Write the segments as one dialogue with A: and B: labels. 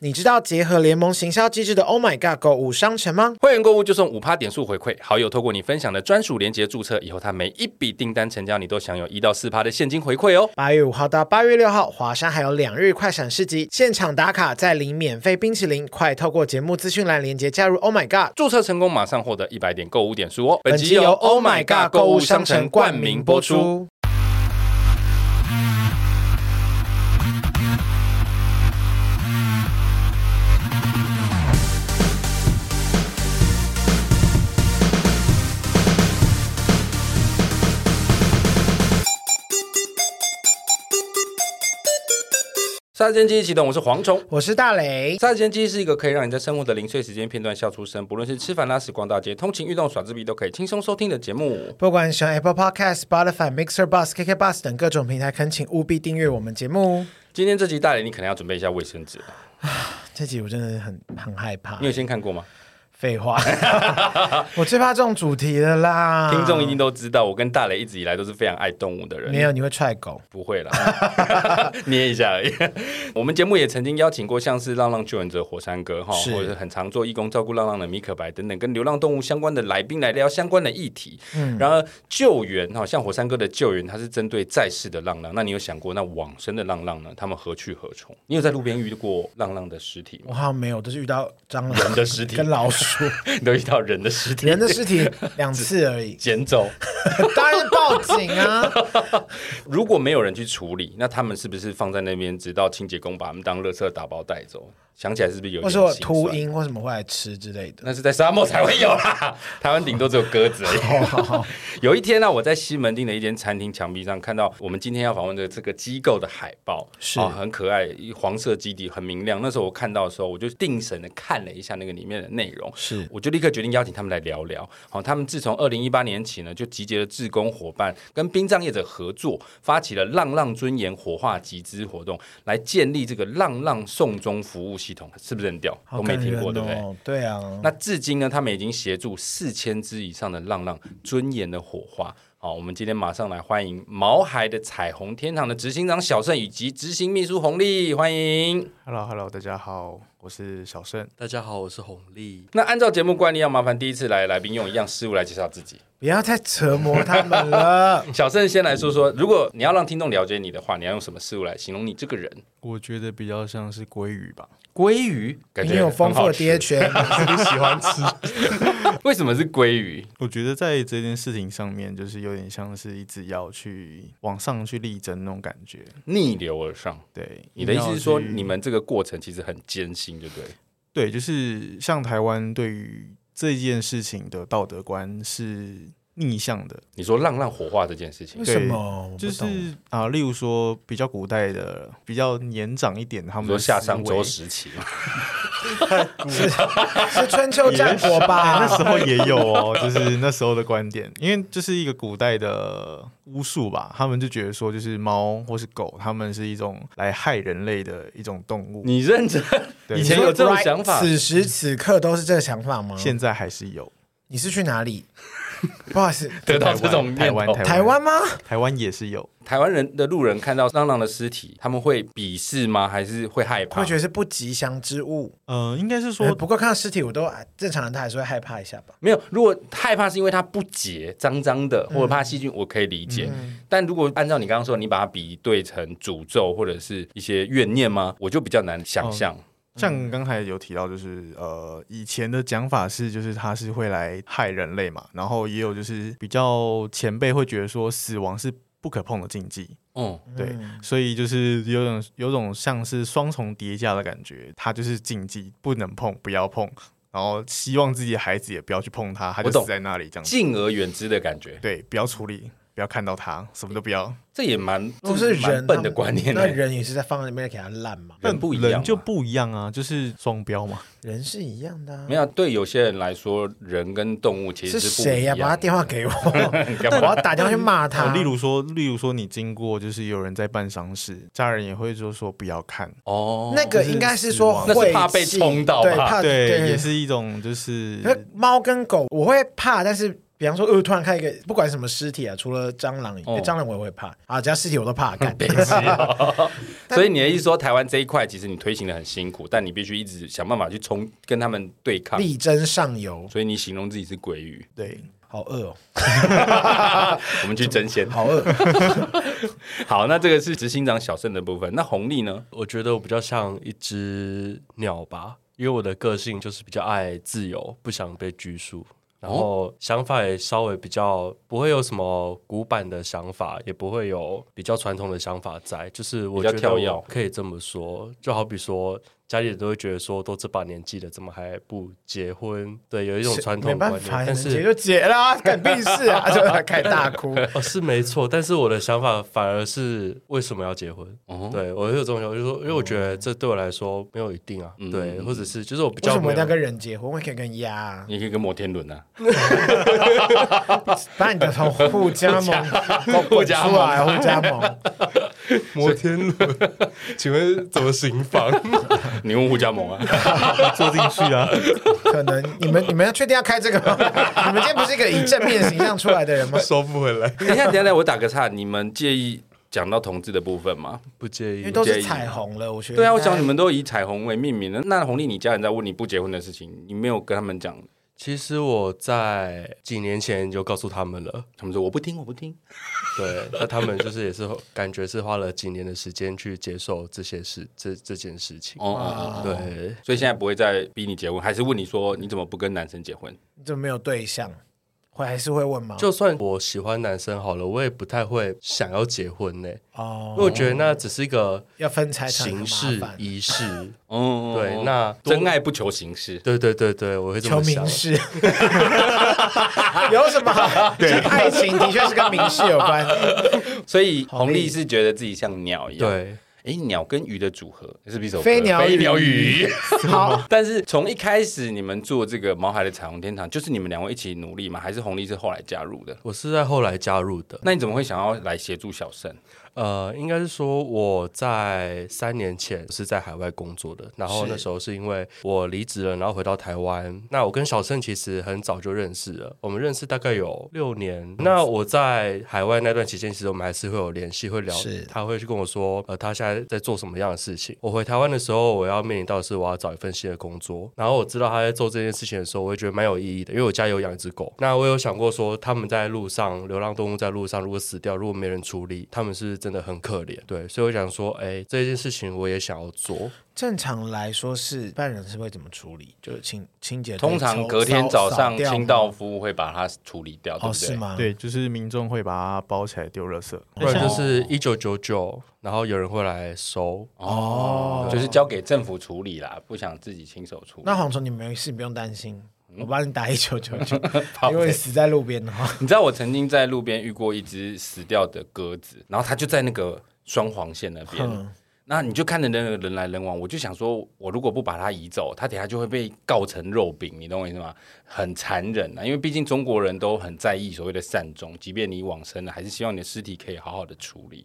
A: 你知道结合联盟行销机制的 Oh My God 购物商城吗？
B: 会员购物就送五趴点数回馈，好友透过你分享的专属链接注册以后，他每一笔订单成交，你都享有一到四趴的现金回馈哦。
A: 八月五号到八月六号，华山还有两日快闪市集，现场打卡再领免费冰淇淋，快透过节目资讯栏连接加入 Oh My God。
B: 注册成功马上获得一百点购物点数哦。
A: 本集由 Oh My God 购物商城冠名播出。
B: 杀时间机器启动，我是蝗虫。
A: 我是大雷，
B: 杀时间机是一个可以让你在生活的零碎时间片段笑出声，不论是吃饭、拉屎、逛大街、通勤、运动、耍自闭，都可以轻松收听的节目。
A: 不管使用 Apple Podcast、Spotify、Mixer、Bus、KK Bus 等各种平台，恳请务必订阅我们节目。
B: 今天这集大雷，你可能要准备一下卫生纸了，
A: 这集我真的很很害怕
B: 你。有先看过吗？
A: 废话， 我最怕这种主题的啦。
B: 听众一定都知道，我跟大雷一直以来都是非常爱动物的人。
A: 没有，你会踹狗。
B: 不会啦， 捏一下而已。我们节目也曾经邀请过像是浪浪救援者火山哥哈，
A: 是
B: 或者是很常做义工照顾浪浪的米可白等等，跟流浪动物相关的来宾来聊相关的议题。
A: 嗯
B: 然而救援哈，像火山哥的救援，它是针对在世的浪浪。那你有想过，那往生的浪浪呢？他们何去何从？你有在路边遇过浪浪的尸体吗？
A: 我好像没有，都是遇到蟑
B: 人
A: 螂
B: 的尸体
A: 跟老 鼠，
B: 你都遇到人的尸体，。
A: 人的尸体两次而已
B: 捡走。
A: 当然报警啊！
B: 如果没有人去处理，那他们是不是放在那边，直到清洁工把他们当垃圾打包带走？想起来是不是 有
A: 或
B: 点
A: 是我
B: 心
A: 秃
B: 酸？
A: 鹰或什么会来吃之类的。
B: 那是在沙漠才会有啦， 台湾顶多只有鸽子而已。 有一天呢、我在西门町的一间餐厅墙壁上看到我们今天要访问的这个机构的海报，
A: 是
B: 啊很可爱，黄色基底很明亮。那时候我看到的时候，我就定神的看了一下那个里面的内容，
A: 是
B: 我就立刻决定邀请他们来聊聊。好、他们自从二零一八年起呢，就集结了志工伙伴跟殡葬业者合作，发起了“浪浪尊严火化集资”活动，来建立这个浪浪送终服务系统，是不是很屌？
A: 好
B: 都没
A: 感
B: 听
A: 人
B: 过，对不对？
A: 哦。对啊，
B: 那至今呢，他们已经协助四千只以上的浪浪尊严的火化。好，我们今天马上来欢迎毛孩的彩虹天堂的执行长小盛以及执行秘书红丽，欢迎。
C: Hello Hello，大家好，我是小盛。
D: 大家好，我是红丽。
B: 那按照节目惯例，要麻烦第一次来的来宾用一样事物来介绍自己。
A: 不要再折磨他们了。
B: 小盛先来说说，如果你要让听众了解你的话，你要用什么事物来形容你这个人？
C: 我觉得比较像是鲑鱼吧，
B: 鲑鱼，感觉
A: 你有丰
B: 很好
A: 富的
B: 吃
A: DHA，
C: 我喜欢吃。
B: 为什么是鲑鱼？
C: 我觉得在这件事情上面，就是有点像是一直要去往上去力争那种感觉。
B: 逆流而上。
C: 对，
B: 你的意思是说，
C: 一定要去
B: 你们这个过程其实很艰辛，对不对？
C: 对，就是像台湾对于这件事情的道德观是逆向的，
B: 你说浪浪火化这件事情
A: 为，什么？
C: 就
A: 我不懂
C: 是啊，例如说比较古代的、比较年长一点，他
B: 你说
C: 们的
B: 夏
C: 思
B: 商周
C: 维
B: 时期嘛？
A: 是春秋战国吧？
C: 那时候也有哦， 就是那时候的观点，因为这是一个古代的巫术吧，他们就觉得说，就是猫或是狗，它们是一种来害人类的一种动物。
B: 你认真？
C: 对
B: 以前有这种想法？
A: 此时此刻都是这个想法吗？
C: 现在还是有，
A: 你是去哪里？不好意思，
B: 得到这种
C: 台
B: 念
C: 湾
B: 头，
A: 台湾吗？
C: 台湾也是有，
B: 台湾人的路人看到浪浪的尸体，他们会鄙视吗？还是会害怕？
A: 会觉得是不吉祥之物。
C: 嗯、应该是
A: 呃
C: 说
A: 不过看到尸体，我都正常人他还是会害怕一下吧。
B: 没有，如果害怕是因为它不洁、脏脏的，或者怕细菌，我可以理解。
A: 嗯
B: 但如果按照你刚刚说，你把它比对成诅咒或者是一些怨念吗？我就比较难想象。
C: 像刚才有提到，就是呃，以前的讲法是，就是它是会来害人类嘛，然后也有就是比较前辈会觉得说，死亡是不可碰的禁忌，
B: 哦、
C: 对，嗯所以就是有种有种像是双重叠加的感觉，它就是禁忌，不能碰，不要碰，然后希望自己的孩子也不要去碰它，它
B: 我
C: 就
B: 懂
C: 死在那里这样子。
B: 敬而远之的感觉，
C: 对，不要处理，不要看到它，什么都不要。
B: 这也蛮
A: 如果是
B: 这蛮
A: 哦人啊
B: 笨的观念、
A: 那
B: 欸。
A: 人也是在放在里面给他烂嘛，
B: 人不一样嘛
C: 人就不一样啊，就是双标嘛。
A: 人是一样的、啊
B: 没。有，对有些人来说，人跟动物其实
A: 是
B: 是
A: 谁呀、
B: 不一
A: 把他
B: 样的。
A: 电话给我，
B: 干嘛哦
A: 我要打电话去骂他。
C: 呃例如说，例如说，你经过就是有人在办丧事，家人也会就说不要看，
B: 哦，
A: 那个应该是说
B: 那
A: 晦
B: 是
A: 气，
B: 怕被冲到吧
C: 啊
A: 对，怕
C: 对，也。是一种就是
A: 可是猫跟狗我会怕，但是比方说，呃，突然看一个，不管什么尸体啊，除了蟑螂以外，
B: 哦
A: 蟑螂我也会怕啊，只要尸体我都怕， 干。
B: 所以你的意思说，台湾这一块其实你推行的很辛苦，但你必须一直想办法去冲跟他们对抗。
A: 力争上游，
B: 所以你形容自己是鬼语，
C: 对，
A: 好饿哦，
B: 我们去争先。
A: 好饿。
B: 好，那这个是执行长小胜的部分。那红利呢？
D: 我觉得我比较像一只鸟吧，因为我的个性就是比较爱自由，不想被拘束，然后想法也稍微比较不会有什么古板的想法，也不会有比较传统的想法在，就是我
B: 比较
D: 觉得
B: 跳跃
D: 我可以这么说，就好比说。家里人都会觉得说，都这把年纪了，怎么还不结婚？对，有一种传
A: 没
D: 统观
A: 办
D: 念，
A: 法，
D: 但
A: 能
D: 是
A: 解就解啦， 干屁事 啊！就开始大哭。
D: 哦，是没错，但是我的想法反而是为什么要结婚？
A: 哦
D: 对我有这种想法，就是说，因为我觉得这对我来说没有一定啊，
A: 嗯
D: 对，或者是就是我比
A: 为
D: 较
A: 什么
D: 没
A: 一定要
D: 有
A: 跟人结婚？我也可以跟鸭、啊，
B: 你可以跟摩天轮啊，
A: 把你的头互加 盟，都滚出来，互加盟。
D: 摩天轮， 请问怎么行房？
B: 你问胡家盟啊。
C: 坐进去 啊，
A: 可能你们你们要确定要开这 个吗？你们今天不是一个以正面形象出来的人吗？
D: 收不回来，
B: 等一下，等一下，等一下我打个岔，你们介意讲到同志的部分吗？
D: 不介
A: 因为
D: 意。
A: 都是彩虹了，我觉得。
B: 对啊，我想你们都以彩虹为命名了。那红利，你家人在问你不结婚的事情，你没有跟他们讲，
D: 其实我在几年前就告诉他们了，
B: 他们说我不听，我不听。
D: 对，那他们就是也是感觉是花了几年的时间去接受这些事，这这件事情。
B: 哦哦哦，
D: 对，
B: 所以现在不会再逼你结婚，还是问你说你怎么不跟男生结婚？
A: 你怎么没有对象？会还是会问吗？
D: 就算我喜欢男生好了，我也不太会想要结婚呢、因为
A: 哦，
D: 我觉得那只是一个
A: 要分财产很
D: 形
A: 麻
D: 式
A: 烦，
D: 仪式。
B: 哦，
D: 对，那
B: 真爱不求形式。
D: 对对对对，我会这
A: 求
D: 么想
A: 名。 士， 有什么好？这爱情的确是跟名士有关。
B: 所以红利是觉得自己像鸟一样。，
D: 对，
B: 哎，鸟跟鱼的组合是不是一首歌
A: 飞鸟
B: 飞
A: 与
B: 鸟与鱼。
A: 好，
B: 但是从一开始你们做这个毛孩的彩虹天堂，就是你们两位一起努力吗？还是红利是后来加入的？
D: 我是在后来加入的。
B: 那你怎么会想要来协助小盛？
D: 呃，应该是说我在三年前是在海外工作的，然后
A: 是
D: 那时候是因为我离职了，然后回到台湾。那我跟小盛其实很早就认识了，我们认识大概有六
A: 嗯
D: 年。那我在海外那段期间，其实我们还是会有联系，会聊
A: 是，
D: 他会去跟我说，呃，他现在在做什么样的事情。我回台湾的时候，我要面临到的是我要找一份新的工作，然后我知道他在做这件事情的时候，我会觉得蛮有意义的，因为我家有养一只狗。那我有想过说，他们在路上，流浪动物在路上如果死掉，如果没人处理，他们是不是真的很可怜。对，所以我想说，哎，这件事情我也想要做。
A: 正常来说是办人是会怎么处理？就是清清洁队
B: 通常
A: 抽
B: 隔天
A: 扫
B: 早
A: 扫
B: 上
A: 掉吗
B: 清道夫会把它处理掉，对
A: 哦
B: 不
A: 是
B: 对？
A: 吗？，
C: 对，就是民众会把它包起来丢垃 圾，
D: 不然就是一九九九，然后有人会来收。
B: 哦，就是交给政府处理啦，不想自己亲手处理
A: 那。黄虫你没事，你不用担心，
B: 嗯
A: 我帮你打一九九 九，因为死在路边的话，
B: 你知道我曾经在路边遇过一只死掉的鸽子，然后它就在那个双黄线那边。那你就看着那个人来人往，我就想说，我如果不把它移走，它等下就会被告成肉饼，你懂我意思吗？很残忍啊，因为毕竟中国人都很在意所谓的善终，即便你往生了，还是希望你的尸体可以好好的处理。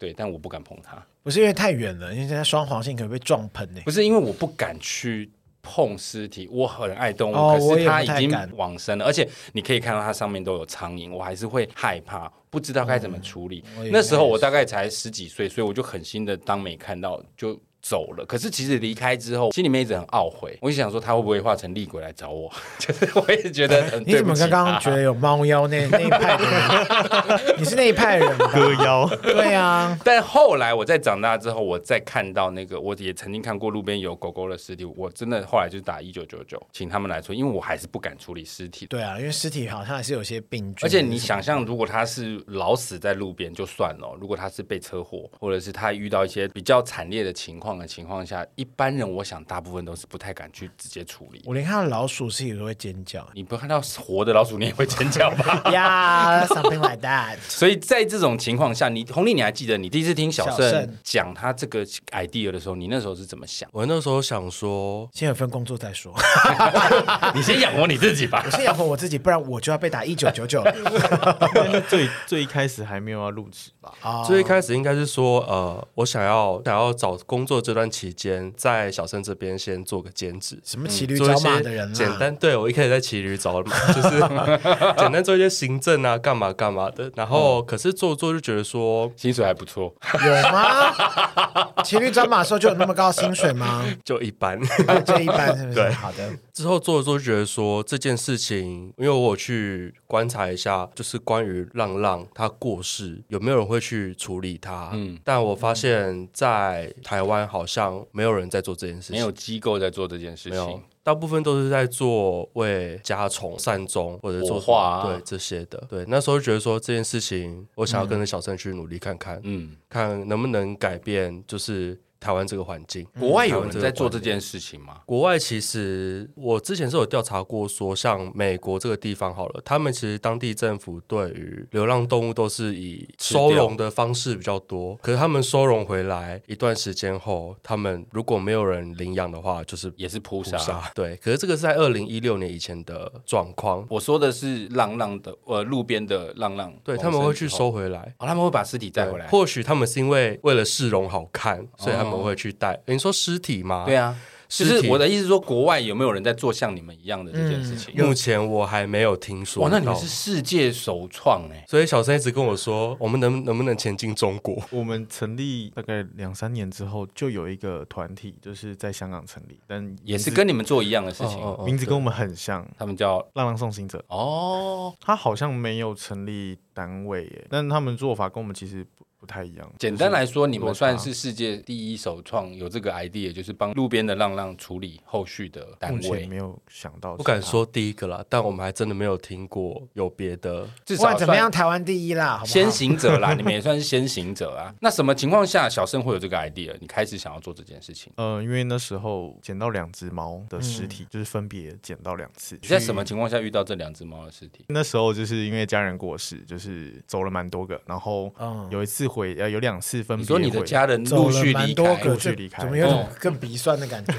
B: 对，但我不敢碰它。
A: 不是因为太远了，因为现在双黄线可能被撞 喷欸呢。
B: 不是因为我不敢去碰尸体，我很爱动物，
A: 哦
B: 可
A: 我
B: 是
A: 也
B: 它
A: 不
B: 已
A: 太
B: 经
A: 敢
B: 往生了，而且你可以看到它上面都有苍蝇，我还是会害怕，不知道该怎么处理。
A: 嗯我也
B: 那时候我大概才十几岁，所以我就狠心的当没看到就。走了，可是其实离开之后，心里面一直很懊悔。我就想说，他会不会化成厉鬼来找我？ 就是我也觉得很
A: 你
B: 对
A: 怎
B: 不
A: 么
B: 起
A: 刚刚
B: 他
A: 觉得有猫妖 那那一派的人？你是那一派人吧？
C: 割腰。
A: 对啊，
B: 但后来我在长大之后，我再看到那个，我也曾经看过路边有狗狗的尸体，我真的后来就打一九九九，请他们来处理，因为我还是不敢处理尸体。
A: 对啊，因为尸体好像还是有些病菌，
B: 而且你想象，如果他是老死在路边就算了，如果他是被车祸，或者是他遇到一些比较惨烈的情况的情况下，一般人我想大部分都是不太敢去直接处理。
A: 我连看到老鼠尸体都会尖叫
B: 你不看到活的老鼠，你也会尖叫 吧？
A: 呀、yeah,，something like that。
B: 所以在这种情况下，你红丽，你还记得你第一次听小
A: 小
B: 盛
A: 盛
B: 讲他这个 idea 的时候，你那时候是怎么想？
D: 我那时候想说，
A: 先有份工作再说，
B: 你先养活你自己吧
A: 我。先养活我自己，不然我就要被打一九九九了。
C: 因为最最一开始还没有要入职吧？
A: 啊
D: 最一开始应该是说，呃，我想要想要找工作做这段期间，在小生这边先做个兼职。
A: 什么骑驴
D: 做一
A: 找
D: 些
A: 马的人啦，啊
D: 简单，对我一开始在骑驴找马， 就是 简单做一些行政啊，干嘛干嘛的。
A: 嗯
D: 然后，可是做做就觉得说，
B: 薪水还不错，
A: 有吗？ 骑驴找马的时候就有那么高薪水吗？
D: 就一般。
A: 这一般是不是？
D: 对
A: 好的，
D: 之后做着做着觉得说这件事情，因为我有去观察一下，就是关于浪浪他过世有没有人会去处理他。嗯，但我发现，在台湾好像没有人在做这件事情，
B: 没有机构在做这件事
D: 没有
B: 情。，
D: 大部分都是在做为家宠、善终或者做
B: 火化啊
D: 对这些的。对，那时候就觉得说这件事情，我想要跟着小生去努力看看，
B: 嗯，
D: 看能不能改变，就是台湾这个环境。
B: 国外有
D: 台湾
B: 人
D: 这个
B: 在做
D: 观
B: 这件
D: 念
B: 事情吗？
D: 国外其实我之前是有调查过说像美国这个地方好了，他们其实当地政府对于流浪动物都是以
B: 吃掉
D: 收容的方式比较多。可是他们收容回来一段时间后，他们如果没有人领养的话，就是
B: 也是扑
D: 屠
B: 杀。
D: 杀。对，可是这个是在二零一六年以前的状况，
B: 我说的是浪浪的，呃，路边的浪浪，
D: 对他们会去收，回来。
B: 哦哦，他们会把尸体带回来。哦
D: 或许他们是因为为了市容好看，所以他们会去带。你说尸体吗？
B: 对啊，就
D: 尸
B: 是
D: 体
B: 我的意思是说，国外有没有人在做像你们一样的这件事情？
D: 目前我还没有听说
B: 哇，
D: 到。
B: 哦那你们是世界首创哎、
D: 所以小生一直跟我说，我们能能不能前进中国？
C: 我们成立大概两三年之后，就有一个团体，就是在香港成立，但名字
B: 也是跟你们做一样的事情，
D: 哦哦哦
C: 名字跟我们很像，
B: 他们叫
C: 浪浪送行者。
B: 哦，
C: 他好像没有成立单位耶，但他们做法跟我们其实不不太一样。
B: 简单来说，
C: 就是
B: 你们算是世界第一首创有这个 idea，就是帮路边的浪浪处理后续的单
C: 目前
B: 位，
C: 没有想到，
D: 不敢说第一个啦，但我们还真的没有听过有别的。
B: 至
A: 不管
B: 少
A: 怎么样，
B: 算
A: 台湾第一啦，好不好
B: 先行者 啦，你们也算是先行者啊。那什么情况下小盛会有这个 idea？你开始想要做这件事情？
C: 呃，因为那时候捡到两只猫的尸体，就是分别捡到两次。
B: 你在什么？情况下遇到这两只猫的尸体？
C: 那时候就是因为家人过世，就是走了蛮多个，然后
A: 嗯
C: 有一次回，呃，有两次分别
B: 你说你的
C: 回
B: 家人
A: 走
B: 陆
A: 了
B: 续
A: 蛮
B: 离
A: 多
B: 开，
A: 个，
C: 陆续
A: 这
C: 离开
A: 怎么有种更鼻酸的感觉？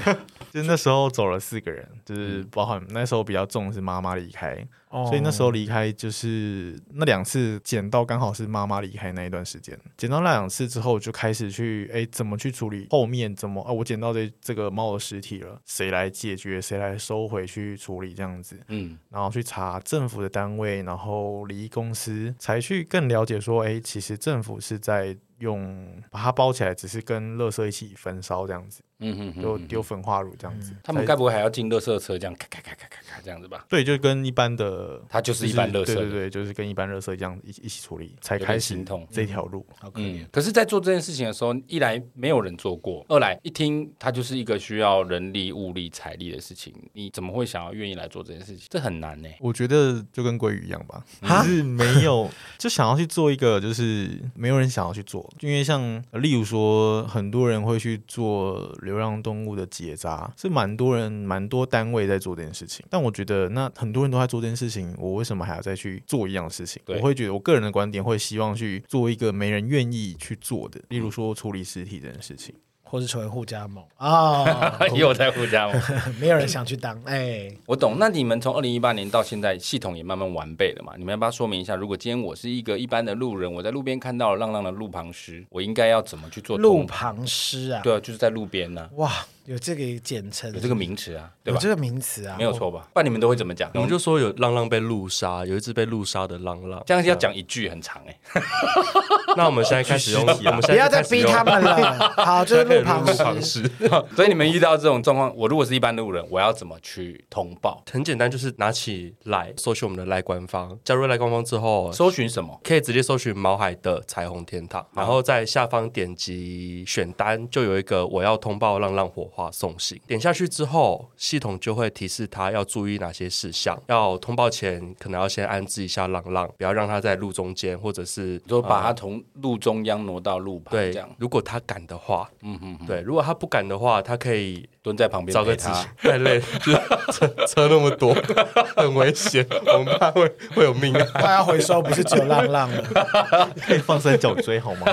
C: 就是那时候走了四个人，
B: 嗯
C: 就是包含那时候比较重是妈妈离开，
A: 哦
C: 所以那时候离开就是那两次捡到刚好是妈妈离开那一段时间，捡到那两次之后就开始去哎怎么去处理后面怎么啊我捡到这这个猫的尸体了，谁来解决谁来收回去处理这样子，
B: 嗯，
C: 然后去查政府的单位，然后离公司，才去更了解说，哎，其实政府是在用把它包起来，只是跟垃圾一起焚烧这样子，
B: 嗯哼哼
C: 就丢焚化炉这样子。
B: 他们该不会还要进垃圾车这样咔咔咔咔咔咔这样子吧？
C: 对，就跟一般的，
B: 它就是一般垃圾
C: 对
B: 的
C: 对对，就是跟一般垃圾一样一一起处理，才
B: 点
C: 开
B: 心
C: 始
B: 痛
C: 这条路。
A: 好可
B: 嗯
A: 怜，，
B: 可是，在做这件事情的时候，一来没有人做过，二来一听它就是一个需要人力、物力、财力的事情，你怎么会想要愿意来做这件事情？这很难呢、欸
C: 我觉得就跟鲑鱼一样吧，
A: 哈
C: 就是没有就想要去做一个，就是没有人想要去做，因为像呃例如说，很多人会去做流浪动物的结扎，是蛮多人蛮多单位在做这件事情。但我觉得那很多人都在做这件事情，我为什么还要再去做一样的事情？
B: 对
C: 我会觉得我个人的观点会希望去做一个没人愿意去做的，例如说处理尸体这件事情。
A: 或是成为护家盟啊，
B: 也有在乎家吗？
A: 没有人想去当哎，
B: 我懂。那你们从二零一八年到现在，系统也慢慢完备了嘛？你们要不要说明一下？如果今天我是一个一般的路人，我在路边看到了浪浪的路旁尸，我应该要怎么去做
A: 路
B: 通？
A: 旁师啊，
B: 对啊，就是在路边呢、
A: 哇，有这个简称，
B: 有这个名词啊，对
A: 有
B: 吧
A: 这？个名词啊，
B: 没有错吧？不然你们都会怎么讲？
D: 我们就说有浪浪被路杀，有一只被路杀的浪 浪。
B: 这样要讲一句很长哎、
D: 那我们现在开始用，
B: 啊
D: 我们现
A: 不
D: 在
A: 要再
D: 开始
A: 逼
D: 用
A: 他们了。好，就是路旁
D: 路旁
A: 师，
D: 师。
B: 所以你们遇到这种状况，我如果是一般路人，我要怎么去通报？
D: 很简单，就是拿起来搜寻我们的赖官方，加入赖官方之后。
B: 搜寻什么？
D: 可以直接搜寻毛海的彩虹天堂，然后在下方点击选单，就有一个我要通报浪浪火花送行。点下去之后，系统就会提示他要注意哪些事项，要通报前可能要先安置一下浪浪，不要让他在路中间，或者是
B: 你说把它从路中央挪到路旁，这
D: 对
B: 样，
D: 如果他敢的话，嗯嗯，对，如果他不敢的话，他可以
B: 蹲在旁边
D: 找
B: 陪
D: 个自己
B: 他。
D: 太累，就是 车车那么多，很危险，我们怕会会有命案。
A: 快要回收，不是只有浪浪了。
C: 可以放伸脚椎好 吗？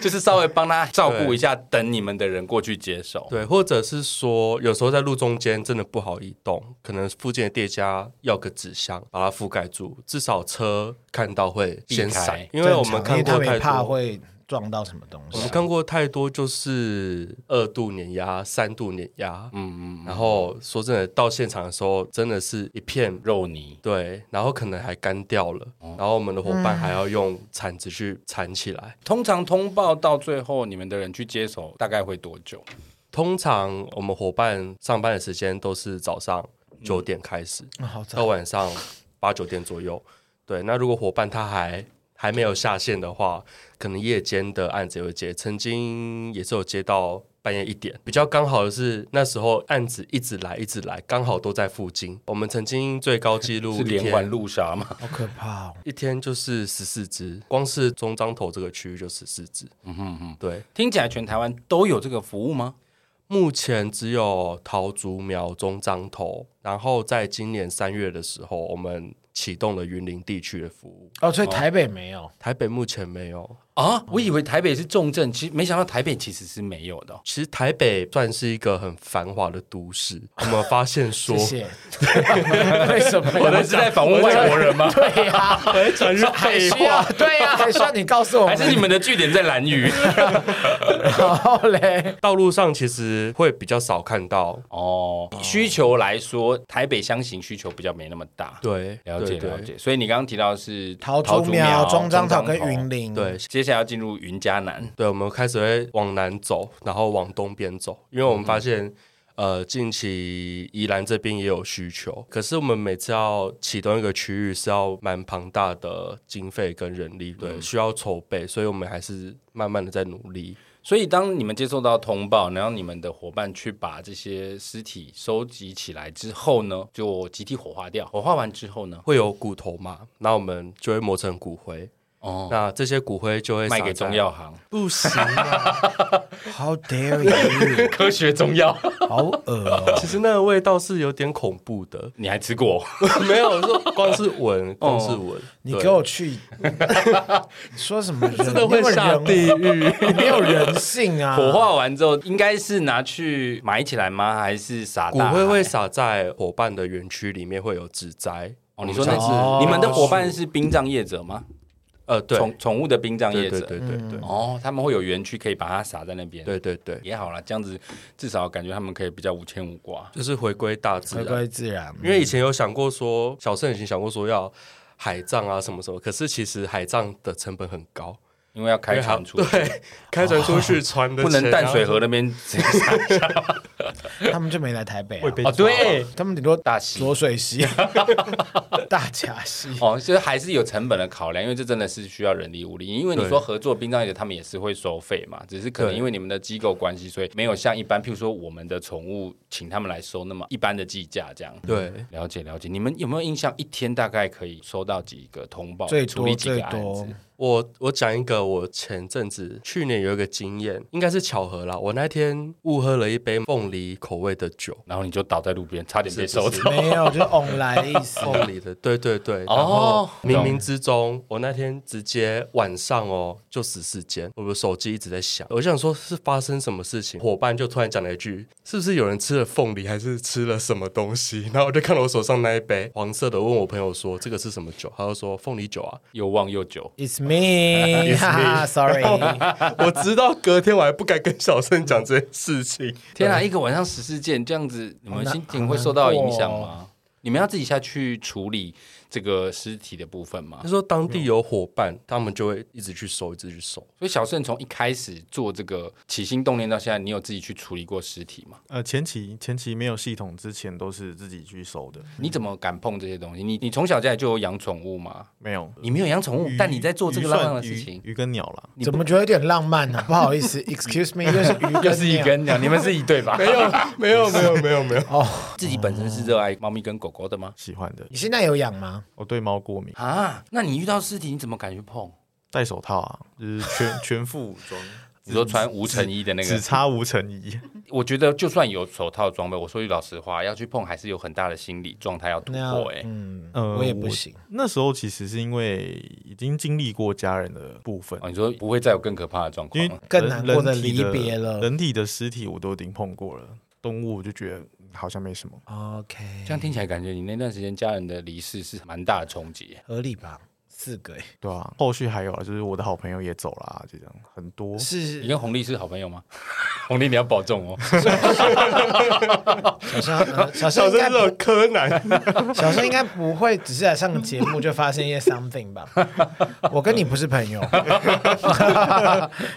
B: 就是稍微帮他照顾一下，等你们的人过去接手。
D: 对，或者是说，有时候在路中间真的不好移动，可能附近的店家要个纸箱把它覆盖住，至少车看到会先
B: 避开
D: 闪，因为我
A: 正
D: 们
A: 常因
D: 看
A: 为他们
D: 过
A: 也
D: 太
A: 怕
D: 多。
A: 会撞到什么东
D: 我
A: 西
D: 们？看过太多，就是二度碾压、三度碾压，
B: 嗯嗯，
D: 然后说真的，到现场的时候真的是一片
B: 肉泥，哦
D: 对，然后可能还干掉了，然后我们的伙伴还要用铲子去铲起来。
B: 通常通报到最后，你们的人去接手大概会多久？
D: 通常我们伙伴上班的时间都是早上九点开始，
A: 嗯好
D: 到
A: 早，
D: 晚上八九点左右。对，那如果伙伴他还还没有下线的话，可能夜间的案子也会接，曾经也是有接到半夜一点。比较刚好的是那时候案子一直来一直来，刚好都在附近。我们曾经最高纪录
B: 是
D: 一
B: 连
D: 天
B: 环路杀吗？
A: 好可怕哦！
D: 一天就是十四只，光是中彰头这个区域就十四只。
B: 嗯哼哼，
D: 对，
B: 听起来全台湾都有这个服务吗？
D: 目前只有桃竹苗、中彰头，然后在今年三月的时候，我们启动了云林地区的服务。
A: 哦，所以台北没有，
D: 台北目前没有，
B: 啊，我以为台北是重症，其实没想到台北其实是没有的 哦、
D: 其实台北算是一个很繁华的都 市。我们发现说
A: 谢，谢。为什么？
B: 我们是在访问外国人 吗？
A: 对呀，
D: 讲是
A: 还需要对呀，还需要你告诉我
B: 还
A: 们？
B: 是你们的据点在蓝 屿？
A: 然后嘞，
D: 道路上其实会比较少看到。
B: 哦，需求来说，台北箱型需求比较没那么大。
D: 对，
B: 了解
D: 对
B: 了。解。所以你刚刚提到的是
A: 桃
B: 竹
A: 竹苗、中彰
B: 桃
A: 头跟云，林，
D: 对对，
B: 哦接下来要进入云嘉南。
D: 对，我们开始会往南走，然后往东边走，因为我们发现，
B: 嗯
D: 呃，近期宜兰这边也有需求，可是我们每次要启动一个区域是要蛮庞大的经费跟人力，对，
B: 嗯
D: 需要筹备，所以我们还是慢慢的在努力。
B: 所以当你们接受到通报，然后你们的伙伴去把这些尸体收集起来之后呢，就集体火化掉。火化完之后呢，
D: 会有骨头嘛？那我们就会磨成骨灰，
B: 哦，
D: 那这些骨灰就会
B: 卖
D: 撒
B: 给
D: 在
B: 中药行，
C: 不行啊！
A: ，How dare you！
B: 科学中药，，
A: 好恶哦。
D: 其实那个味道是有点恐怖的
B: 你还吃 过？
D: 没有我说光是闻，
B: 哦
D: 光是闻，
A: 你
D: 对
A: 给我 去，说什么人？
D: 真的会下地狱。
A: 你没有人，你没有人性啊！
B: 火化完之后，应该是拿去埋起来吗？还是撒
D: 骨
B: 大海
D: 灰会撒在伙伴的园区里面，会有纸栽。
B: 哦，你说那
D: 我们
B: 是、
D: 才
A: 哦
B: 你们的伙伴是殡葬业者吗？
D: 呃，对，
B: 宠宠物的殡葬业
D: 对
B: 者。
D: 对对对对
B: 哦，他们会有园区可以把它撒在那边。，
D: 对对对，
B: 也好啦，这样子至少感觉他们可以比较无牵无挂。
D: 就是回归大自
A: 回
D: 然。
A: 归自然，
B: 嗯
D: 因为以前有想过说，小盛已经想过说要海葬啊什么什么，可是其实海葬的成本很高，
B: 因为要
D: 因
B: 开
D: 为还
B: 船出去，哦
D: 对，开船出去船的
B: 不能
D: 钱
B: 淡水
D: 啊
B: 河那边直接撒
A: 他们就没来台北啊
C: 会被
B: 哦，对，
A: 他们顶多
B: 大溪
A: 浊水 溪、大甲溪，
B: 哦，所以还是有成本的考量，因为这真的是需要人力物力。因为你
D: 对
B: 说合作殡葬业者，他们也是会收费嘛，只是可能
D: 对
B: 因为你们的机构关系，所以没有像一般，譬如说我们的宠物请他们来收那么一般的计价这样。
D: 对，
B: 了解了解，你们有没有印象一天大概可以收到几个通报，
A: 最
B: 处
A: 多
B: 理几
A: 最
B: 个案
A: 多
B: 子？
D: 我我讲一个，我前阵子去年有一个经验，应该是巧合啦。我那天误喝了一杯凤梨口味的酒，
B: 然后你就倒在路边，差点被收走。
A: 没有就是 on 来的意 思。
D: 凤梨的，对对对。
B: 哦
D: 然后冥
B: 懂
D: 冥之中，我那天直接晚上哦，就十四间，我的手机一直在响，我想说是发生什么事情，伙伴就突然讲了一句，是不是有人吃了凤梨，还是吃了什么东西？ 然后我就看了我手上那一杯黄色的，问我朋友说这个是什么酒，他就说凤梨酒啊。
B: 又望又久，
A: It's me，哈哈，Sorry，
D: 我直到隔天我还不敢跟小盛讲这件事情。
B: 天啊，一个晚上十四件这样子，你们
A: 好难
B: 心情会受到影响
A: 好难过
B: 吗？你们要自己下去处理这个尸体的部分吗
D: 他？说当地有伙伴，他们就会一直去收，一直去收。
B: 所以小盛从一开始做这个起心动念到现在，你有自己去处理过尸体吗？
C: 呃，前期前期没有系统之前都是自己去收的，
B: 你怎么敢碰这些东西？你你从小家里就有养宠物吗？
C: 没有。
B: 你没有养宠物
C: 鱼，
B: 但你在做这个
C: 鱼
B: 浪
C: 算
B: 浪的事
C: 鱼
B: 情，
C: 鱼跟鸟啦，
A: 怎么觉得有点浪漫呢？不好意思，Excuse me，又是鱼跟
B: 又是一
A: 鸟
B: 根鸟，你们是一对吧？没有，
D: 没有，没有，没有，没有。
B: 自己本身是热爱猫咪跟狗狗的吗？
C: 喜欢的。
A: 你现在有养吗？
C: 我对猫过敏，
B: 啊，那你遇到尸体你怎么敢去碰？
C: 戴手套啊，就是全 全副武装，
B: 你说穿无尘衣的那个
C: 只，差无尘衣。
B: 我觉得就算有手套装备，我说句老实话，要去碰还是有很大的心理状态要突
A: 那要
B: 破、欸。
A: 嗯，
C: 呃
A: 我也不行。
C: 那时候其实是因为已经经历过家人的部分
B: 哦，，你说不会再有更可怕的状况
C: 因为
B: 了？
A: 更
C: 人
A: 难过的
C: 人体
A: 离别了
C: 人体的尸体我都已经碰过了，动物我就觉得嗯好像没什么。
A: OK，
B: 这样听起来感觉你那段时间家人的离世是蛮大的冲击欸。
A: 合理吧？四个哎，
C: 对啊，后续还有啊，就是我的好朋友也走了、啊，就这样很多。
B: 你
A: 是
B: 跟红利是好朋友吗？ 红利你要保 重哦。
A: 小生呃小生
D: 小
A: 应
D: 生
A: 该
D: 这种柯南，
A: 不小生应该不会只是来上个节目就发生一些 something 吧？我跟你不是朋友，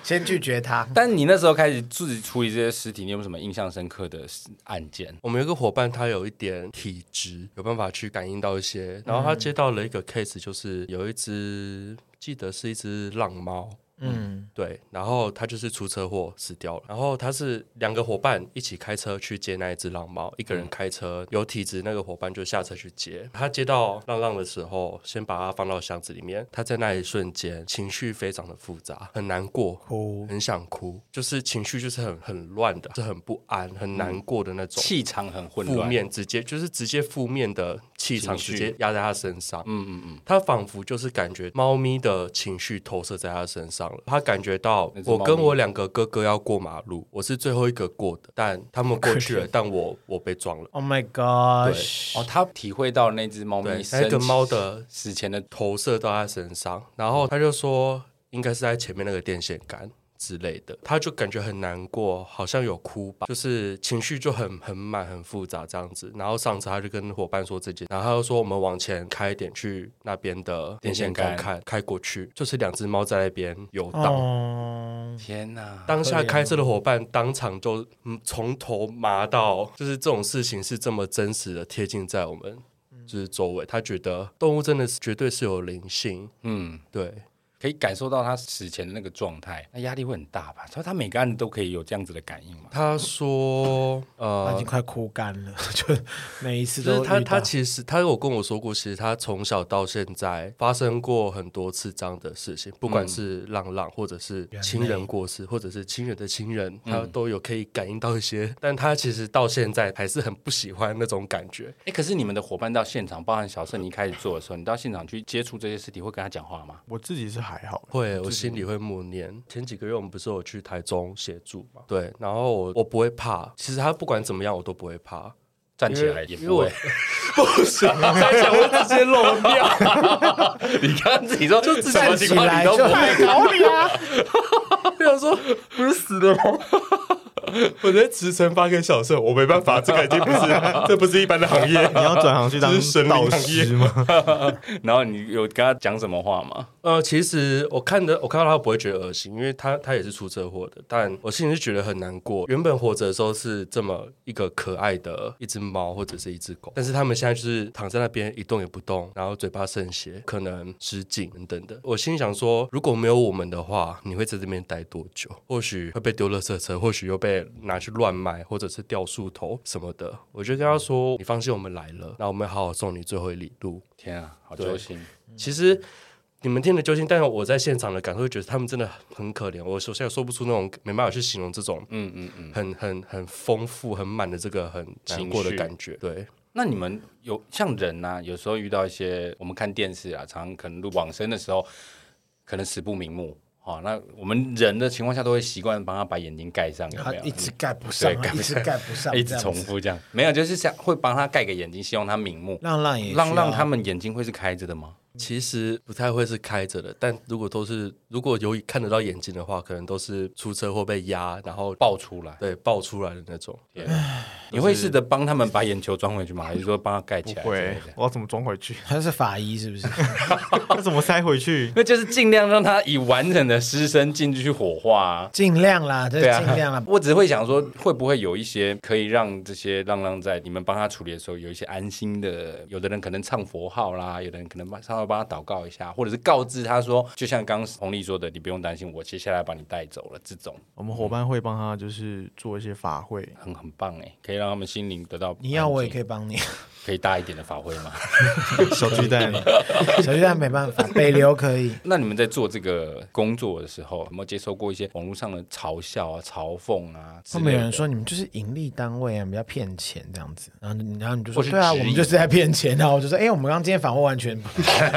A: 先拒绝他。
B: 但你那时候开始自己处理这些尸体，你有没有什么印象深刻的案件？
D: 我们有一个伙伴，他有一点体质，有办法去感应到一些。然
A: 嗯
D: 后他接到了一个 case，就是有一只，记得是一只浪猫，
A: 嗯，
D: 对，然后他就是出车祸死掉了。然后他是两个伙伴一起开车去接那一只浪猫，一
A: 嗯
D: 个人开车，有体质那个伙伴就下车去接。他接到浪浪的时候，先把它放到箱子里面。他在那一瞬间情绪非常的复杂，很难过，
A: 哭
D: 很想哭，就是情绪就是很很乱的，是很不安、很难
A: 嗯
D: 过的那种。
B: 气场很混
D: 负
B: 乱。
D: 面直接就是直接负面的气场
B: 情绪
D: 直接压在他身上，
B: 嗯嗯嗯，
D: 他仿佛就是感觉猫咪的情绪投射在他身上了。他感觉到
B: 那只猫
D: 我
B: 咪
D: 跟我两个哥哥要过马路，我是最后一个过的，但他们过去了，但我我被撞了。
A: ，Oh my
D: 对
A: gosh，
B: 哦，他体会到那只猫咪
D: 对，
B: 生
D: 那个猫的
B: 死前的
D: 投射到他身上，然后他就说应该是在前面那个电线杆。之类的，他就感觉很难过，好像有哭吧，就是情绪就很很满、很复杂这样子。然后上次他就跟伙伴说这件，然后他就说我们往前开一点去那边的电线杆
B: 电线
D: 看，开过去就是两只猫在那边游荡。
A: 哦，
B: 天哪！
D: 当下开车的伙伴当场就嗯从头麻到，就是这种事情是这么真实的贴近在我们就是周围，他觉得动物真的是绝对是有灵性，
B: 嗯，
D: 对，
B: 可以感受到他死前的那个状态，那压力会很大吧？所以他每个案子都可以有这样子的感应嘛？
D: 他说，
A: 哦他已
D: 呃
A: 经，快哭干了，就每一次
D: 就是
A: 都
D: 他
A: 遇
D: 他
A: 到
D: 其实他有跟我说过，其实他从小到现在发生过很多次这样的事情，不管是浪浪，或者是
A: 人类
D: 亲人过世，或者是亲人的亲人，他都有可以感应到一些，但他其实到现在还是很不喜欢那种感觉。
B: 哎，可是你们的伙伴到现场，包含小盛，你一开始做的时候，你到现场去接触这些尸体，会跟他讲话 吗？
C: 我自己是还好，
D: 会，我心里会默念。前几个月我们不是有去台中协助嘛？对，然后我我不会怕，其实他不管怎么样我都不会怕。
B: 站起来也
D: 因为
B: 不
D: 我
B: 会。
D: 不是，再讲我直接漏掉，
B: 你刚刚自己说，就
D: 自己
A: 站起来就快逃离 啊！
D: 我想说不是死了吗？我在辞呈发给小胜，我没办法，这个已经 不是，这不是一般的行业。
C: 你要转行去当
D: 这是神灵
C: 导
D: 行业
C: 师 吗？
B: 然后你有跟他讲什么话吗？
D: 呃，其实我看的，我看到他不会觉得恶心，因为他他也是出车祸的，但我心里是觉得很难过。原本活着的时候是这么一个可爱的一只猫或者是一只狗，但是他们现在就是躺在那边一动也不动，然后嘴巴渗血，可能失禁等等的。我心里想说，如果没有我们的话，你会在这边待多久？或许会被丢垃圾车，或许又被拿去乱卖，或者是掉树头什么的。我就跟他说：“你放心，我们来了，那我们好好送你最后一里路。”
B: 天啊，好
D: 对
B: 揪心！
D: 其实你们听的揪心，但是我在现场的感受，会觉得他们真的很可怜。我首先说不出那种没办法去形容这种，嗯嗯嗯，很很很丰富、很满的这个很难过的感觉。对，
B: 那你们有像人呐、有时候遇到一些我们看电视啊，常常可能录往生的时候，可能死不瞑目。哦，那我们人的情况下都会习惯帮他把眼睛盖上，有
A: 他
B: 没有？
A: 啊一直盖不上，啊
B: 对盖
A: 一
B: 不
A: 直
B: 上
A: 盖不上，
B: 一直
A: 这样
B: 重
A: 子。
B: 复这样，没有，就是想会帮他盖个眼睛，希望他瞑目。
A: 浪浪也
B: 让让
A: 需要啊
B: 他们眼睛会是开着的吗？
D: 其实不太会是开着的，但如果都是如果有看得到眼睛的话，可能都是出车祸被压，然后
B: 爆出来，
D: 对爆出来的那种。
B: 你会试着帮他们把眼球装回去吗？ 还是说帮他盖
C: 不
B: 起来？
C: 会，我要怎么装回去？
A: 他是法医是不 是？
C: 要怎么塞回去？
B: 那就是尽量让他以完整的尸身进去火 化、啊。
A: 尽量啦，这
B: 对啊，
A: 尽量啦。
B: 我只会想说，会不会有一些可以让这些浪浪在你们帮他处理的时候有一些安心的？有的人可能唱佛号啦，有的人可能帮稍微帮他祷告一下，或者是告知他说，就像刚刚红丽说的，你不用担心，我接下来把你带走了。这种
C: 我们伙伴会帮他，就是做一些法会，
B: 很很棒哎，可以让他们心灵得到安静。
A: 你要我也可
B: 以，
A: 以 帮你，
B: 可以大一点的发挥吗？
C: 小巨蛋。
A: 小鸡蛋没办 法，北流可以。
B: 那你们在做这个工作的时候，有没有接受过一些网络上的嘲笑啊、嘲讽啊之
A: 后
B: 类
A: 面有
B: 的
A: 人？说你们就是盈利单位啊，比较骗钱这样子，然后你然后你就说
B: 或是
A: 对啊，
B: 质疑
A: 我们就是在骗钱啊，然后我就说哎、我们刚刚今天访问完全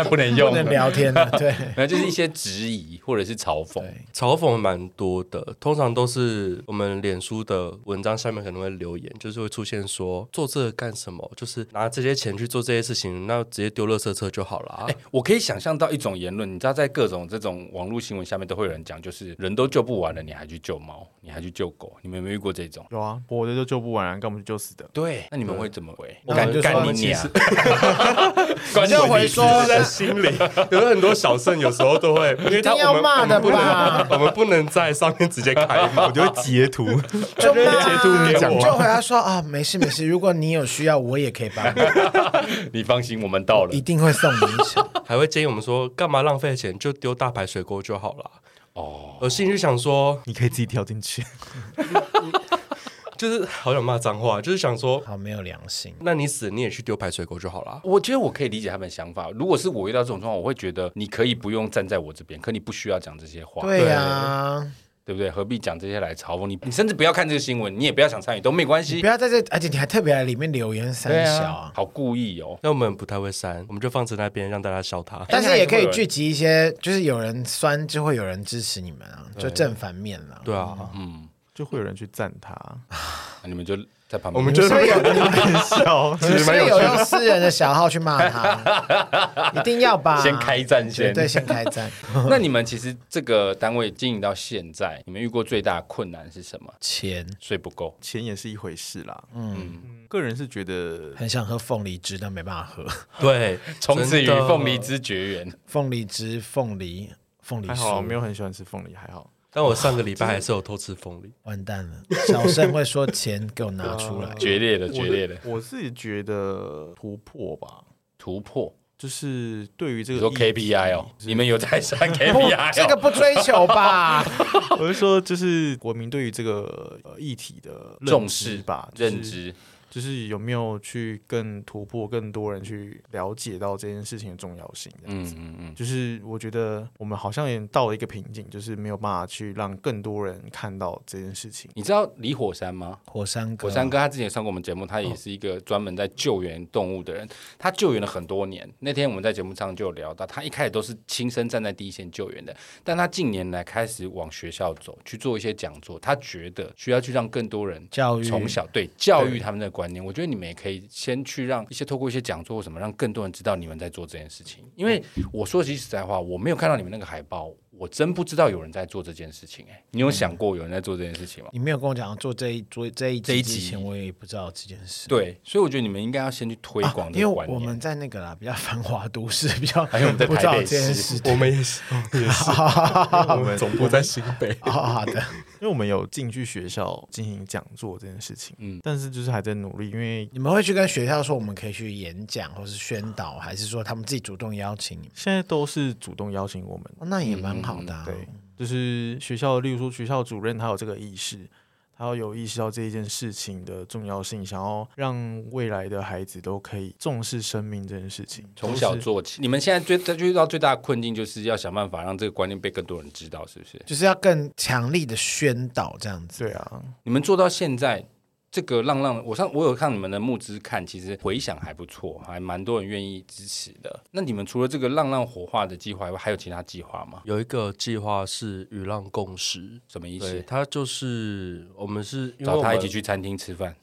B: 不能
A: 不
B: 用，
A: 能聊天 的，对，
B: 那就是一些质疑或者是嘲讽。
D: 嘲讽蛮多的，通常都是我们脸书的文章下面可能会留言，就是会出现说做这个干什么，就是拿这些钱去做这些事情，那直接丢垃圾车就好了、啊。
B: 哎我可以想象到一种言论，你知道，在各种这种网络新闻下面都会有人讲，就是人都救不完了，你还去救猫，你还去救狗，你们有没有遇过这种？
C: 有啊，活着就救不完啊，干嘛去救死 的？
B: 对，那你们会怎么回？
A: 那我
B: 敢
A: 们就
B: 敢
A: 说
B: 你
A: 其
B: 娘！
A: 你就回说
D: 在心里，有很多小胜，有时候都会，因为
A: 一
D: 他
A: 定要
D: 我们
A: 骂的
D: 我们不能
A: 吧，
D: 我们不能在上面直接开骂
C: 我。就会截图，
A: 就骂啊
D: 截图给我
A: 就回答说啊，没事没事，如果你有需要，我也可以帮你，
B: 你放心，我们到了
A: 一。定会送你一程。
D: 还会建议我们说，干嘛浪费钱，就丢大排水沟就好了。啊
B: 哦，
D: 我心里就想说，
C: 你可以自己跳进去。
D: 就是好想骂脏话，就是想说，
A: 好没有良心，
D: 那你死你也去丢排水沟就好了。啊
B: 我觉得我可以理解他们的想法。如果是我遇到这种状况，我会觉得你可以不用站在我这边，可你不需要讲这些话，
A: 对啊呀，
B: 对不对？何必讲这些来嘲讽你？你甚至不要看这个新闻，你也不要想参与，都没关
A: 你
B: 系
A: 不。要在这，而且你还特别来里面留言三
B: 对
A: 小
B: 啊
A: 啊，。
B: 好故意哦。
D: 那我们不太会删，我们就放在那边让大家笑他。
A: 但是也可以
B: 哎
A: 聚集一些，就是有人酸就会有人支持你们啊，就正反面了。
D: 对啊，
B: 嗯，
C: 就会有人去赞他，
B: 那你们就在旁边。
D: 我们
A: 你
D: 就
A: 们是不是有你们
C: 很 笑。
A: 你们是不是有用私人的小号去骂他，一定要吧？
B: 先开战先
A: 对，啊对，先开战。
B: 那你们其实这个单位经营到现在，你们遇过最大的困难是什么？
A: 钱
B: 睡不够。
C: 钱也是一回事啦，
B: 嗯，
C: 个人是觉得
A: 很想喝凤梨汁，但没办法喝。
D: 对，
B: 从此与
D: 真的
B: 凤梨。之绝缘。
A: 凤梨汁、凤梨、凤梨
C: 还好，啊
A: 酥，
C: 没有很喜欢吃凤梨，还好。，
D: 但我上个礼拜还是有偷吃凤梨，
A: 完蛋了。小盛会说钱给我拿出 来
B: 决裂了，决裂了，
C: 我我自己觉得突破吧，
B: 突破。
C: 就是对于这
B: 比
C: 个
B: 如说 KPI 哦，你们有在算 KPI 哦？
A: 这个不追求吧？
C: 议题，我是说，就是国民对于这个呃议题的认
B: 重
C: 知
B: 视
C: 吧，就是
B: 认知
C: 就是有没有去更突破，更多人去了解到这件事情的重要性。这样
B: 嗯
C: 子，
B: 嗯嗯，
C: 就是我觉得我们好像也到了一个瓶颈，就是没有办法去让更多人看到这件事情。
B: 你知道李火山吗？
A: 火山哥，
B: 火山哥他之前上过我们节目，他也是一个专门在救援动物的人，他救援了很多年。那天我们在节目上就有聊到，他一开始都是亲身站在第一线救援的，但他近年来开始往学校走，去做一些讲座。他觉得需要去让更多人
A: 教育
B: 从小对教育他们的观念。我觉得你们也可以先去让一些透过一些讲座或什么，让更多人知道你们在做这件事情。因为我说句实在话，我没有看到你们那个海报，我真不知道有人在做这件事情、哎，你有想过有人在做这件事情吗？
A: 你没有跟我讲做这一做这一
B: 这一
A: 集之
B: 集
A: 前，我也不知道这件事。
B: 对，所以我觉得你们应该要先去推
A: 啊
B: 广
A: 因
B: 这
A: 为
B: 个观
A: 我
B: 念。
A: 们在那个啦，比较繁华都市，比较还
B: 有我们在
A: 不知道这
B: 台北
A: 件
B: 市
A: 事。
D: 我们也是，我们也是，我们总部在新北。
A: 好好的，
C: 因为我们有进去学校进行讲座这件事情，嗯
B: 嗯，
C: 但是就是还在努力，因为
A: 你们会去跟学校说我们可以去演讲，或是宣导，还是说他们自己主动邀请你们？
C: 现在都是主动邀请我们，
A: 哦、那也蛮好的、啊
B: 嗯
C: 对，就是学校，例如说学校主任他有这个意识，他要有意识到这一件事情的重要性，想要让未来的孩子都可以重视生命这件事情，
B: 从小
C: 就是
B: 做起。你们现在最最遇到最大的困境，就是要想办法让这个观念被更多人知道，是不是？
A: 就是要更强力的宣导这 样子。
C: 对啊，
B: 你们做到现在，这个浪浪，我上我有看你们的募资看，其实回响还不错，还蛮多人愿意支持的。那你们除了这个浪浪火化的计划以外，还有其他计划吗？
D: 有一个计划是与浪共识，
B: 什么意
D: 对，
B: 思？
D: 他就是我们是因为
B: 找
D: 我
B: 他
D: 们
B: 一起去餐厅吃饭，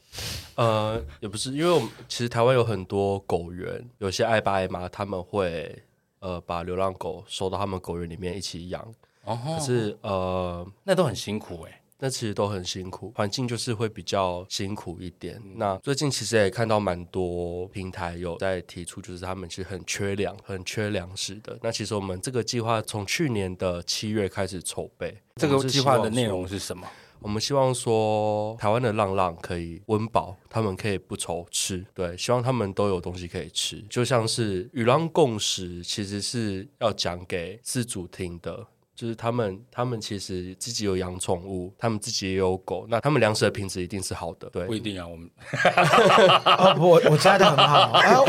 D: 呃，也不是，因为我们其实台湾有很多狗园，有些爱爸爱妈他们会呃把流浪狗收到他们狗园里面一起养，可
B: 哦，
D: 是呃
B: 那都很辛苦哎、
D: 那其实都很辛苦，环境就是会比较辛苦一点。那最近其实也看到蛮多平台有在提出，就是他们其实很缺粮、很缺粮食的。那其实我们这个计划从去年的七月开始筹备，
B: 这
D: 我
B: 个
D: 们是
B: 计
D: 希
B: 划
D: 望
B: 的内
D: 说
B: 容是什么？
D: 我们希望说，台湾的浪浪可以温饱，他们可以不愁吃，对，希望他们都有东西可以吃。就像是与浪共识，其实是要讲给饲主听的。就是他们，他们其实自己有养宠物，他们自己也有狗，那他们粮食的品质一定是好的，对
B: 不，一定啊，我们啊
A: 哦不，我我家的很好，啊、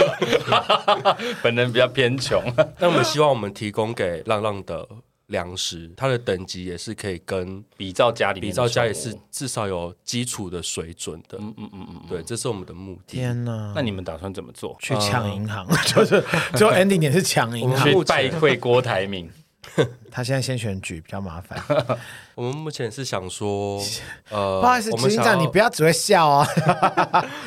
B: 本人比较偏穷，
D: 那我们希望我们提供给浪浪的粮食，它的等级也是可以跟
B: 比照家里面
D: 比
B: 的
D: 照家里
B: 宠物
D: 是至少有基础的水准的。
B: 嗯嗯嗯嗯，
D: 对，这是我们的目的。
A: 天啊哪！
B: 那你们打算怎么做？
A: 去抢银行， 就是最后 ending 点是抢银
D: 我们
A: 行
D: 去。
B: 嗯去拜会郭台铭，
A: 他现在先选举比较麻烦。
B: 呃
D: 我们目前是 想说，呃，
A: 不好意思，
D: 我
A: 执
D: 们
A: 行
D: 想
A: 长，你
D: 要
A: 不要只会笑啊。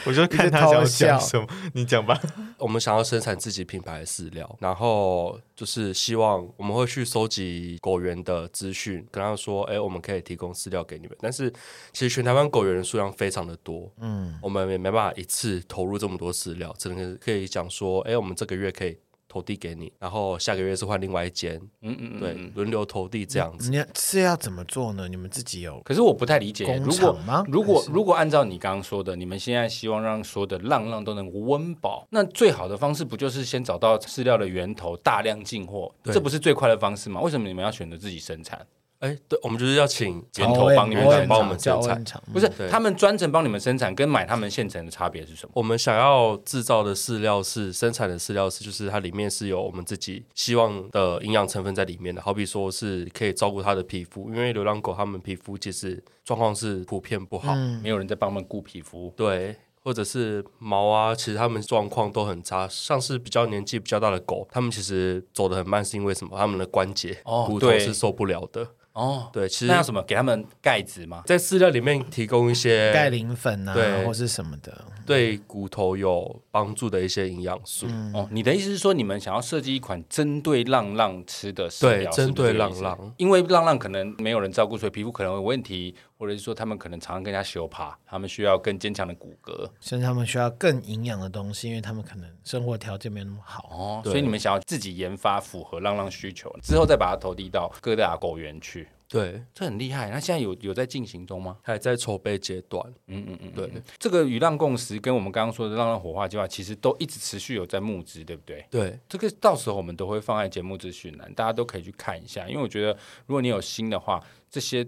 C: 我就看他想要讲什么，你讲吧。
D: 我们想要生产自己品牌的饲料，然后就是希望我们会去收集狗园的资讯，跟他说，哎，我们可以提供饲料给你们。但是其实全台湾狗园的数量非常的多，嗯，我们也没办法一次投入这么多饲料，只能可以讲说，哎，我们这个月可以投递给你，然后下个月是换另外一间，
B: 嗯嗯嗯，
D: 对
B: 嗯，。
D: 轮流投递这样子。
A: 你是要怎么做呢？你们自己有
B: 可是我不太理解，
A: 工
B: 如
A: 厂
B: 果
A: 吗
B: 如果如果按照你刚刚说的，你们现在希望让所有的浪浪都能温饱，那最好的方式不就是先找到饲料的源头，大量进货？
D: 对
B: 这不是最快的方式吗？为什么你们要选择自己生产？
D: 哎，对，我们就是要请
B: 源头帮你们
A: 们
B: 生
D: 帮我们
A: 叫
D: 生产
A: 温厂
B: 不是
D: 对
B: 他们专程帮你们生产，跟买他们现成的差别是什么？
D: 我们想要制造的饲料是生产的饲料是，就是它里面是有我们自己希望的营养成分在里面的。好比说是可以照顾它的皮肤，因为流浪狗它们皮肤其实状况是普遍不好，
B: 没有人在帮他们顾皮肤，
D: 对，或者是毛啊，其实它们状况都很差。像是比较年纪比较大的狗，它们其实走得很慢，是因为什么？它们的关节、
B: 哦
D: 骨头
B: 对
D: 是受不了的。
B: 哦，
D: 对，其实
B: 那要什么给他们钙质吗？
D: 在饲料里面提供一些
A: 钙磷粉啊，
D: 对
A: 或是什么的。
D: 对骨头有帮助的一些营养素。
B: 哦，你的意思是说，你们想要设计一款针对浪浪吃的饲
D: 对
B: 料？
D: 针
B: 是不是
D: 对
B: 这个意思
D: 浪浪，
B: 因为浪浪可能没有人照顾，所以皮肤可能有问题，或者是说他们可能常常跟人家修爬，他们需要更坚强的骨骼
A: 甚至他们需要更营养的东西，因为他们可能生活条件没有那么 好。
B: 哦，
D: 对
B: 所以你们想要自己研发符合浪浪需求，之后再把它投递到各大狗园去，
D: 对，
B: 这很厉害。那现在有有在进行中吗？
D: 还在筹备阶段。
B: 嗯嗯嗯，
D: 对
B: 这个与浪共识跟我们刚刚说的浪浪火化计划，其实都一直持续有在募资，对不对？
D: 对，
B: 这个到时候我们都会放在节目资讯栏，大家都可以去看一下。因为我觉得，如果你有心的话，这些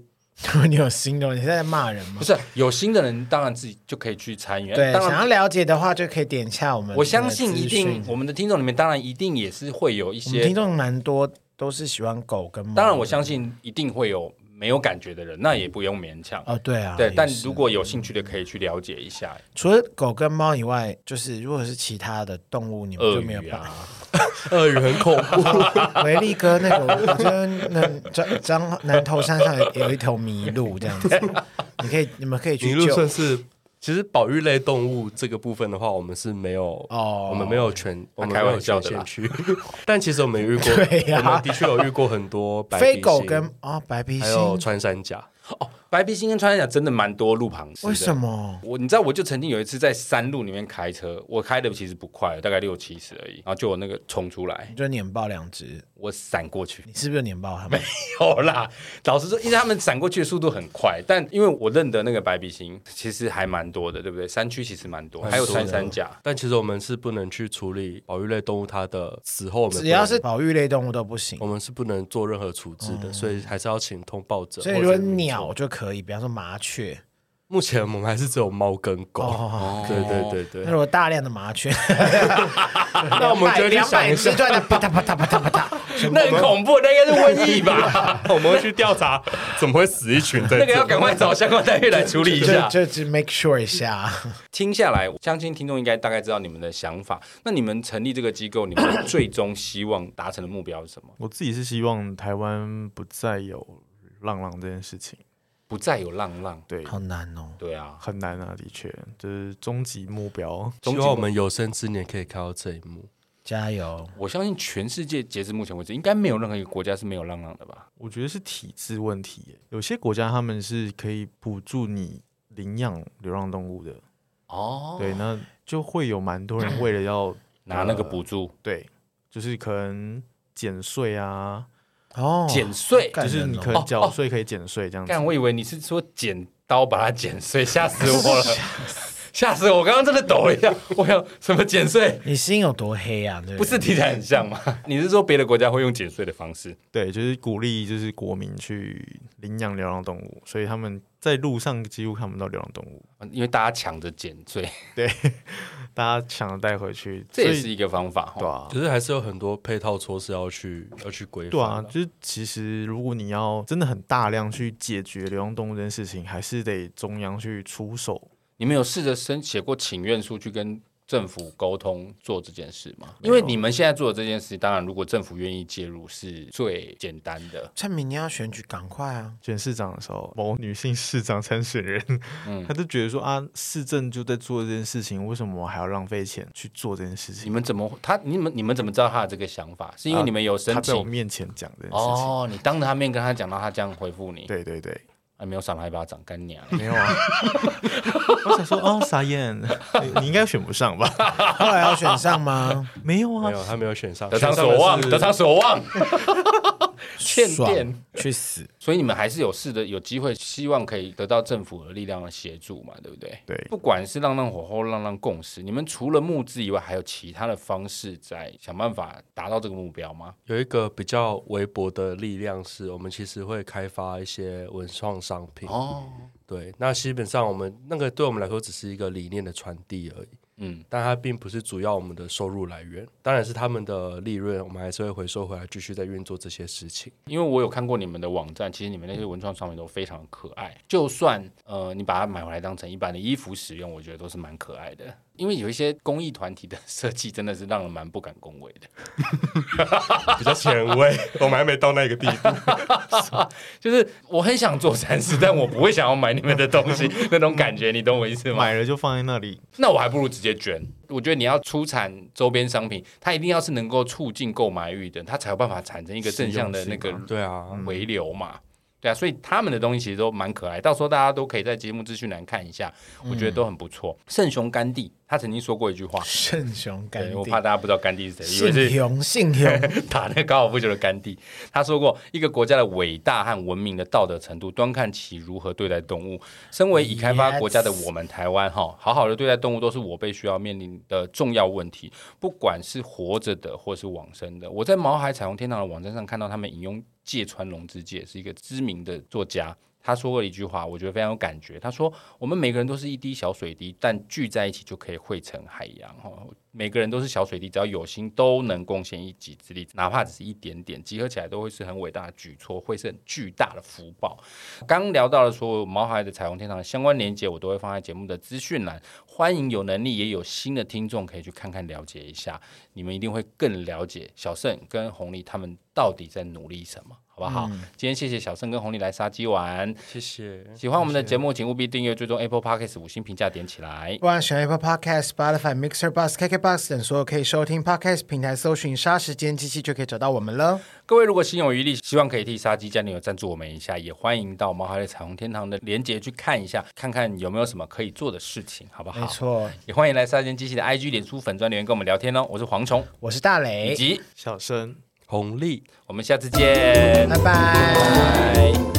A: 你有心的，你是在骂人吗
B: 不？是有心的人，当然自己就可以去参与。
A: 对，
B: 当
A: 想要
B: 然，
A: 了解的话，就可以点一下我们的资讯。
B: 我相信一定我们的听众里面，当然一定也是会有一
A: 我们听
B: 些。
A: 众蛮多都是喜欢狗跟猫的。
B: 当然，我相信一定会有没有感觉的人，那也不用勉强。
A: 哦，对啊，
B: 对
A: 也，
B: 但
A: 是
B: 如果有兴趣的，可以去了解一下
A: 除了狗跟猫以外，就是如果是其他的动物，你们
B: 鳄
A: 就没有
B: 鱼
A: 办
B: 啊
A: 法。。
D: 鳄鱼很恐怖。
A: 维力哥那个，我觉得那张张南头山上有有一头麋鹿这样子， 你可以 你们可以
D: 麋
A: 去
D: 鹿
A: 救
D: 算是， 其实保育类动物这个部分的话，我们是没有，
A: 哦
D: 我们没有权，我们
B: 开
D: 没有
B: 玩笑
D: 权
B: 的啦
D: 限去。但其实我们也遇过，
A: 对呀
D: 我们的确有遇过很多 白
A: 飞
D: 鼻
A: 狗
D: 星
A: 跟哦白皮
D: 还有
A: 猩，
D: 穿山甲，
B: 白皮星跟穿山甲真的蛮多路旁吃的。
A: 为什么？
B: 我你知道，我就曾经有一次在山路里面开车，我开的其实不快，大概六七十而已，然后就有那个冲出来
A: 你，就碾爆两只，
B: 我闪过去。
A: 你是不是有碾爆他 们？
B: 有啦， 老实说，因为他们闪过去的速度很快，但因为我认得那个白鼻星，其实还蛮多的，对不对？山区其实蛮多，还有穿山甲。
D: 但其实我们是不能去处理保育类动物它的死后，我们不
A: 只要
D: 能
A: 是保育类动物都不行
D: 我，们是不能做任何处置的，所以还是要请通报者。
A: 所以
D: 或者
A: 如果
D: 是民
A: 鸟
D: 众，
A: 就可以，比方说麻雀。
D: 目前我们还是只有猫跟狗。
A: 哦
D: 对对对
A: 那
D: 对，
A: 如果大量的麻雀，
D: 那我们就去
A: 两
D: 想
A: 百
D: 一
A: 只
D: 下，
A: 就在那啪嗒啪嗒啪嗒啪 嗒，全部
B: 那很恐怖，那应该是瘟疫吧？
D: 我们会去调查怎么会死一群在
B: 那个要
D: 这
B: 赶快找相关单位来处理一 下。
A: 就就只 make sure 一下。
B: 听下来，相信听众应该大概知道你们的想法。那你们成立这个机构，你们最终希望达成的目标是什么？
C: 我自己是希望台湾不再有浪浪这件事情，
B: 不再有浪浪。
C: 对，
A: 好难哦。
B: 对啊，
C: 很难啊，的确，就是终极目标。
D: 希望我们有生之年可以看到这一幕。
A: 加油！
B: 我相信全世界截至目前为止，应该没有任何一个国家是没有浪浪的吧？
C: 我觉得是体制问题耶，有些国家他们是可以补助你领养流浪动物的，
B: 哦，
C: 对，那就会有蛮多人为了要
B: 拿那个补助
C: 对，就是可能减税啊，
A: 哦，
B: 减税。
A: 干
C: 就是
A: 人
C: 你
A: 哦
C: 可能缴税可以减税这样子
B: 干，。我以为你是说剪刀把它剪碎，吓死我了！
D: 吓死我！我刚刚真的抖了一下，我想什么减税？
A: 你心有多黑啊？对
B: 不是听起来很像吗？ 你是说别的国家会用减税的方式？
C: 对，就是鼓励就是国民去领养流浪动物，所以他们在路上几乎看不到流浪动物，
B: 因为大家抢着减税，
C: 大家抢着带回去，
B: 这也
C: 所以
B: 是一个方法。
C: 对
B: 哈。
C: 啊。
D: 可是还是有很多配套措施要去要去规范。
C: 对啊，，就是其实如果你要真的很大量去解决流浪动物这件事情，还是得中央去出手。
B: 你们有试着申写过请愿书去跟政府沟通做这件事吗？因
C: 没有
B: 为你们现在做的这件事，当然如果政府愿意介入是最简单的。
A: 趁明年要选举，赶快 啊！
C: 选市长的时候，某女性市长参选人，
B: 嗯
C: 她就觉得说啊，市政就在做这件事情，为什么我还要浪费钱去做这件事
B: 你
C: 情？
B: 们怎么他你们你们怎么知道他的这个想法？是因为
C: 啊
B: 你们有
C: 她
B: 申
C: 在
B: 请
C: 我面前讲这件事情，
B: 哦？你当着他面跟他讲，到他这样回复你，
C: 对对对，
B: 啊，没有赏他一巴掌，干娘！
C: 没有啊。 我想说，哦，傻眼，你你应该选不上吧？
A: 后啊来要选上吗？
C: 没有
D: 没
C: 啊，
D: 有他没有选上，
B: 得偿
D: 选上
B: 所
D: 的
B: 望，
D: 是
B: 得偿所 望。欠
A: 爽
B: 电
A: 去死！
B: 所以你们还是有试的，有机会，希望可以得到政府的力量的协助嘛，对不对？
C: 对
B: 不管是浪浪火候、浪浪共识，你们除了募资以外，还有其他的方式在想办法达到这个目标吗？
D: 有一个比较微薄的力量，是我们其实会开发一些文创商品。
B: 哦，
D: 对，那基本上我们那个对我们来说只是一个理念的传递而已，
B: 嗯，
D: 但它并不是主要我们的收入来源。当然是他们的利润，我们还是会回收回来，继续在运作这些事情。
B: 因为我有看过你们的网站，其实你们那些文创商品都非常可爱。就算呃，你把它买回来当成一般的衣服使用，我觉得都是蛮可爱的。因为有一些公益团体的设计真的是让人蛮不敢恭维的。
D: 比较前卫，我们还没到那个地步。
B: 就是我很想做善事，但我不会想要买你们的东西， 那种感觉，你懂我意思吗？
C: 买了就放在那里，
B: 那我还不如直接捐。我觉得你要出产周边商品，它一定要是能够促进购买欲的，它才有办法产生一个正向的那
C: 实
B: 个
C: 用
D: 对啊，
B: 回流嘛。对啊，所以他们的东西其实都蛮可爱，到时候大家都可以在节目资讯栏看一下，我觉得都很不错。圣雄甘地他曾经说过一句话，
A: 圣雄甘
B: 对
A: 地，
B: 我怕大家不知道甘地是谁，以为
A: 信
B: 是
A: 雄，信雄，
B: 打那个高尔夫球的甘地，他说过，一个国家的伟大和文明的道德程度，端看其如何对待动物。身为已开发国家的我们台湾，哈，好好的对待动物都是我辈需要面临的重要问题，不管是活着的或是往生的。我在毛海彩虹天堂的网站上看到他们引用芥川龙之介，是一个知名的作家。他说过一句话，我觉得非常有感觉。他说：“我们每个人都是一滴小水滴，但聚在一起就可以汇成海洋。哦，每个人都是小水滴，只要有心，都能贡献一己之力，哪怕只是一点点，集合起来都会是很伟大的举措，会是很巨大的福报。”刚聊到的所有毛孩的彩虹天堂的相关连接，我都会放在节目的资讯栏，欢迎有能力也有新的听众可以去看看了解一下，你们一定会更了解小盛跟红利他们到底在努力什么，好不好？今天谢谢小盛跟红利来杀鸡玩。
D: 嗯谢谢。
B: 喜欢我们的节目，请务必订阅、追踪 Apple Podcast 五星评价点起来。
A: 不管选 Apple Podcast、Spotify、Mixer、Bus、KKBox 等所有可以收听 Podcast 平台，搜寻“杀时间机器”就可以找到我们了。
B: 各位如果心有余力，希望可以替杀鸡加点油赞助我们一下，也欢迎到毛孩的彩虹天堂的连接去看一下，看看有没有什么可以做的事情，好不好？
A: 没，错，
B: 也欢迎来杀鸡机器的 IG、脸书粉专留言跟我们聊天哦。我是蝗虫，
A: 我是大
B: 以
A: 雷，
B: 及
C: 小声。
D: 红利。
B: 我们下次见，
A: 拜拜
B: 拜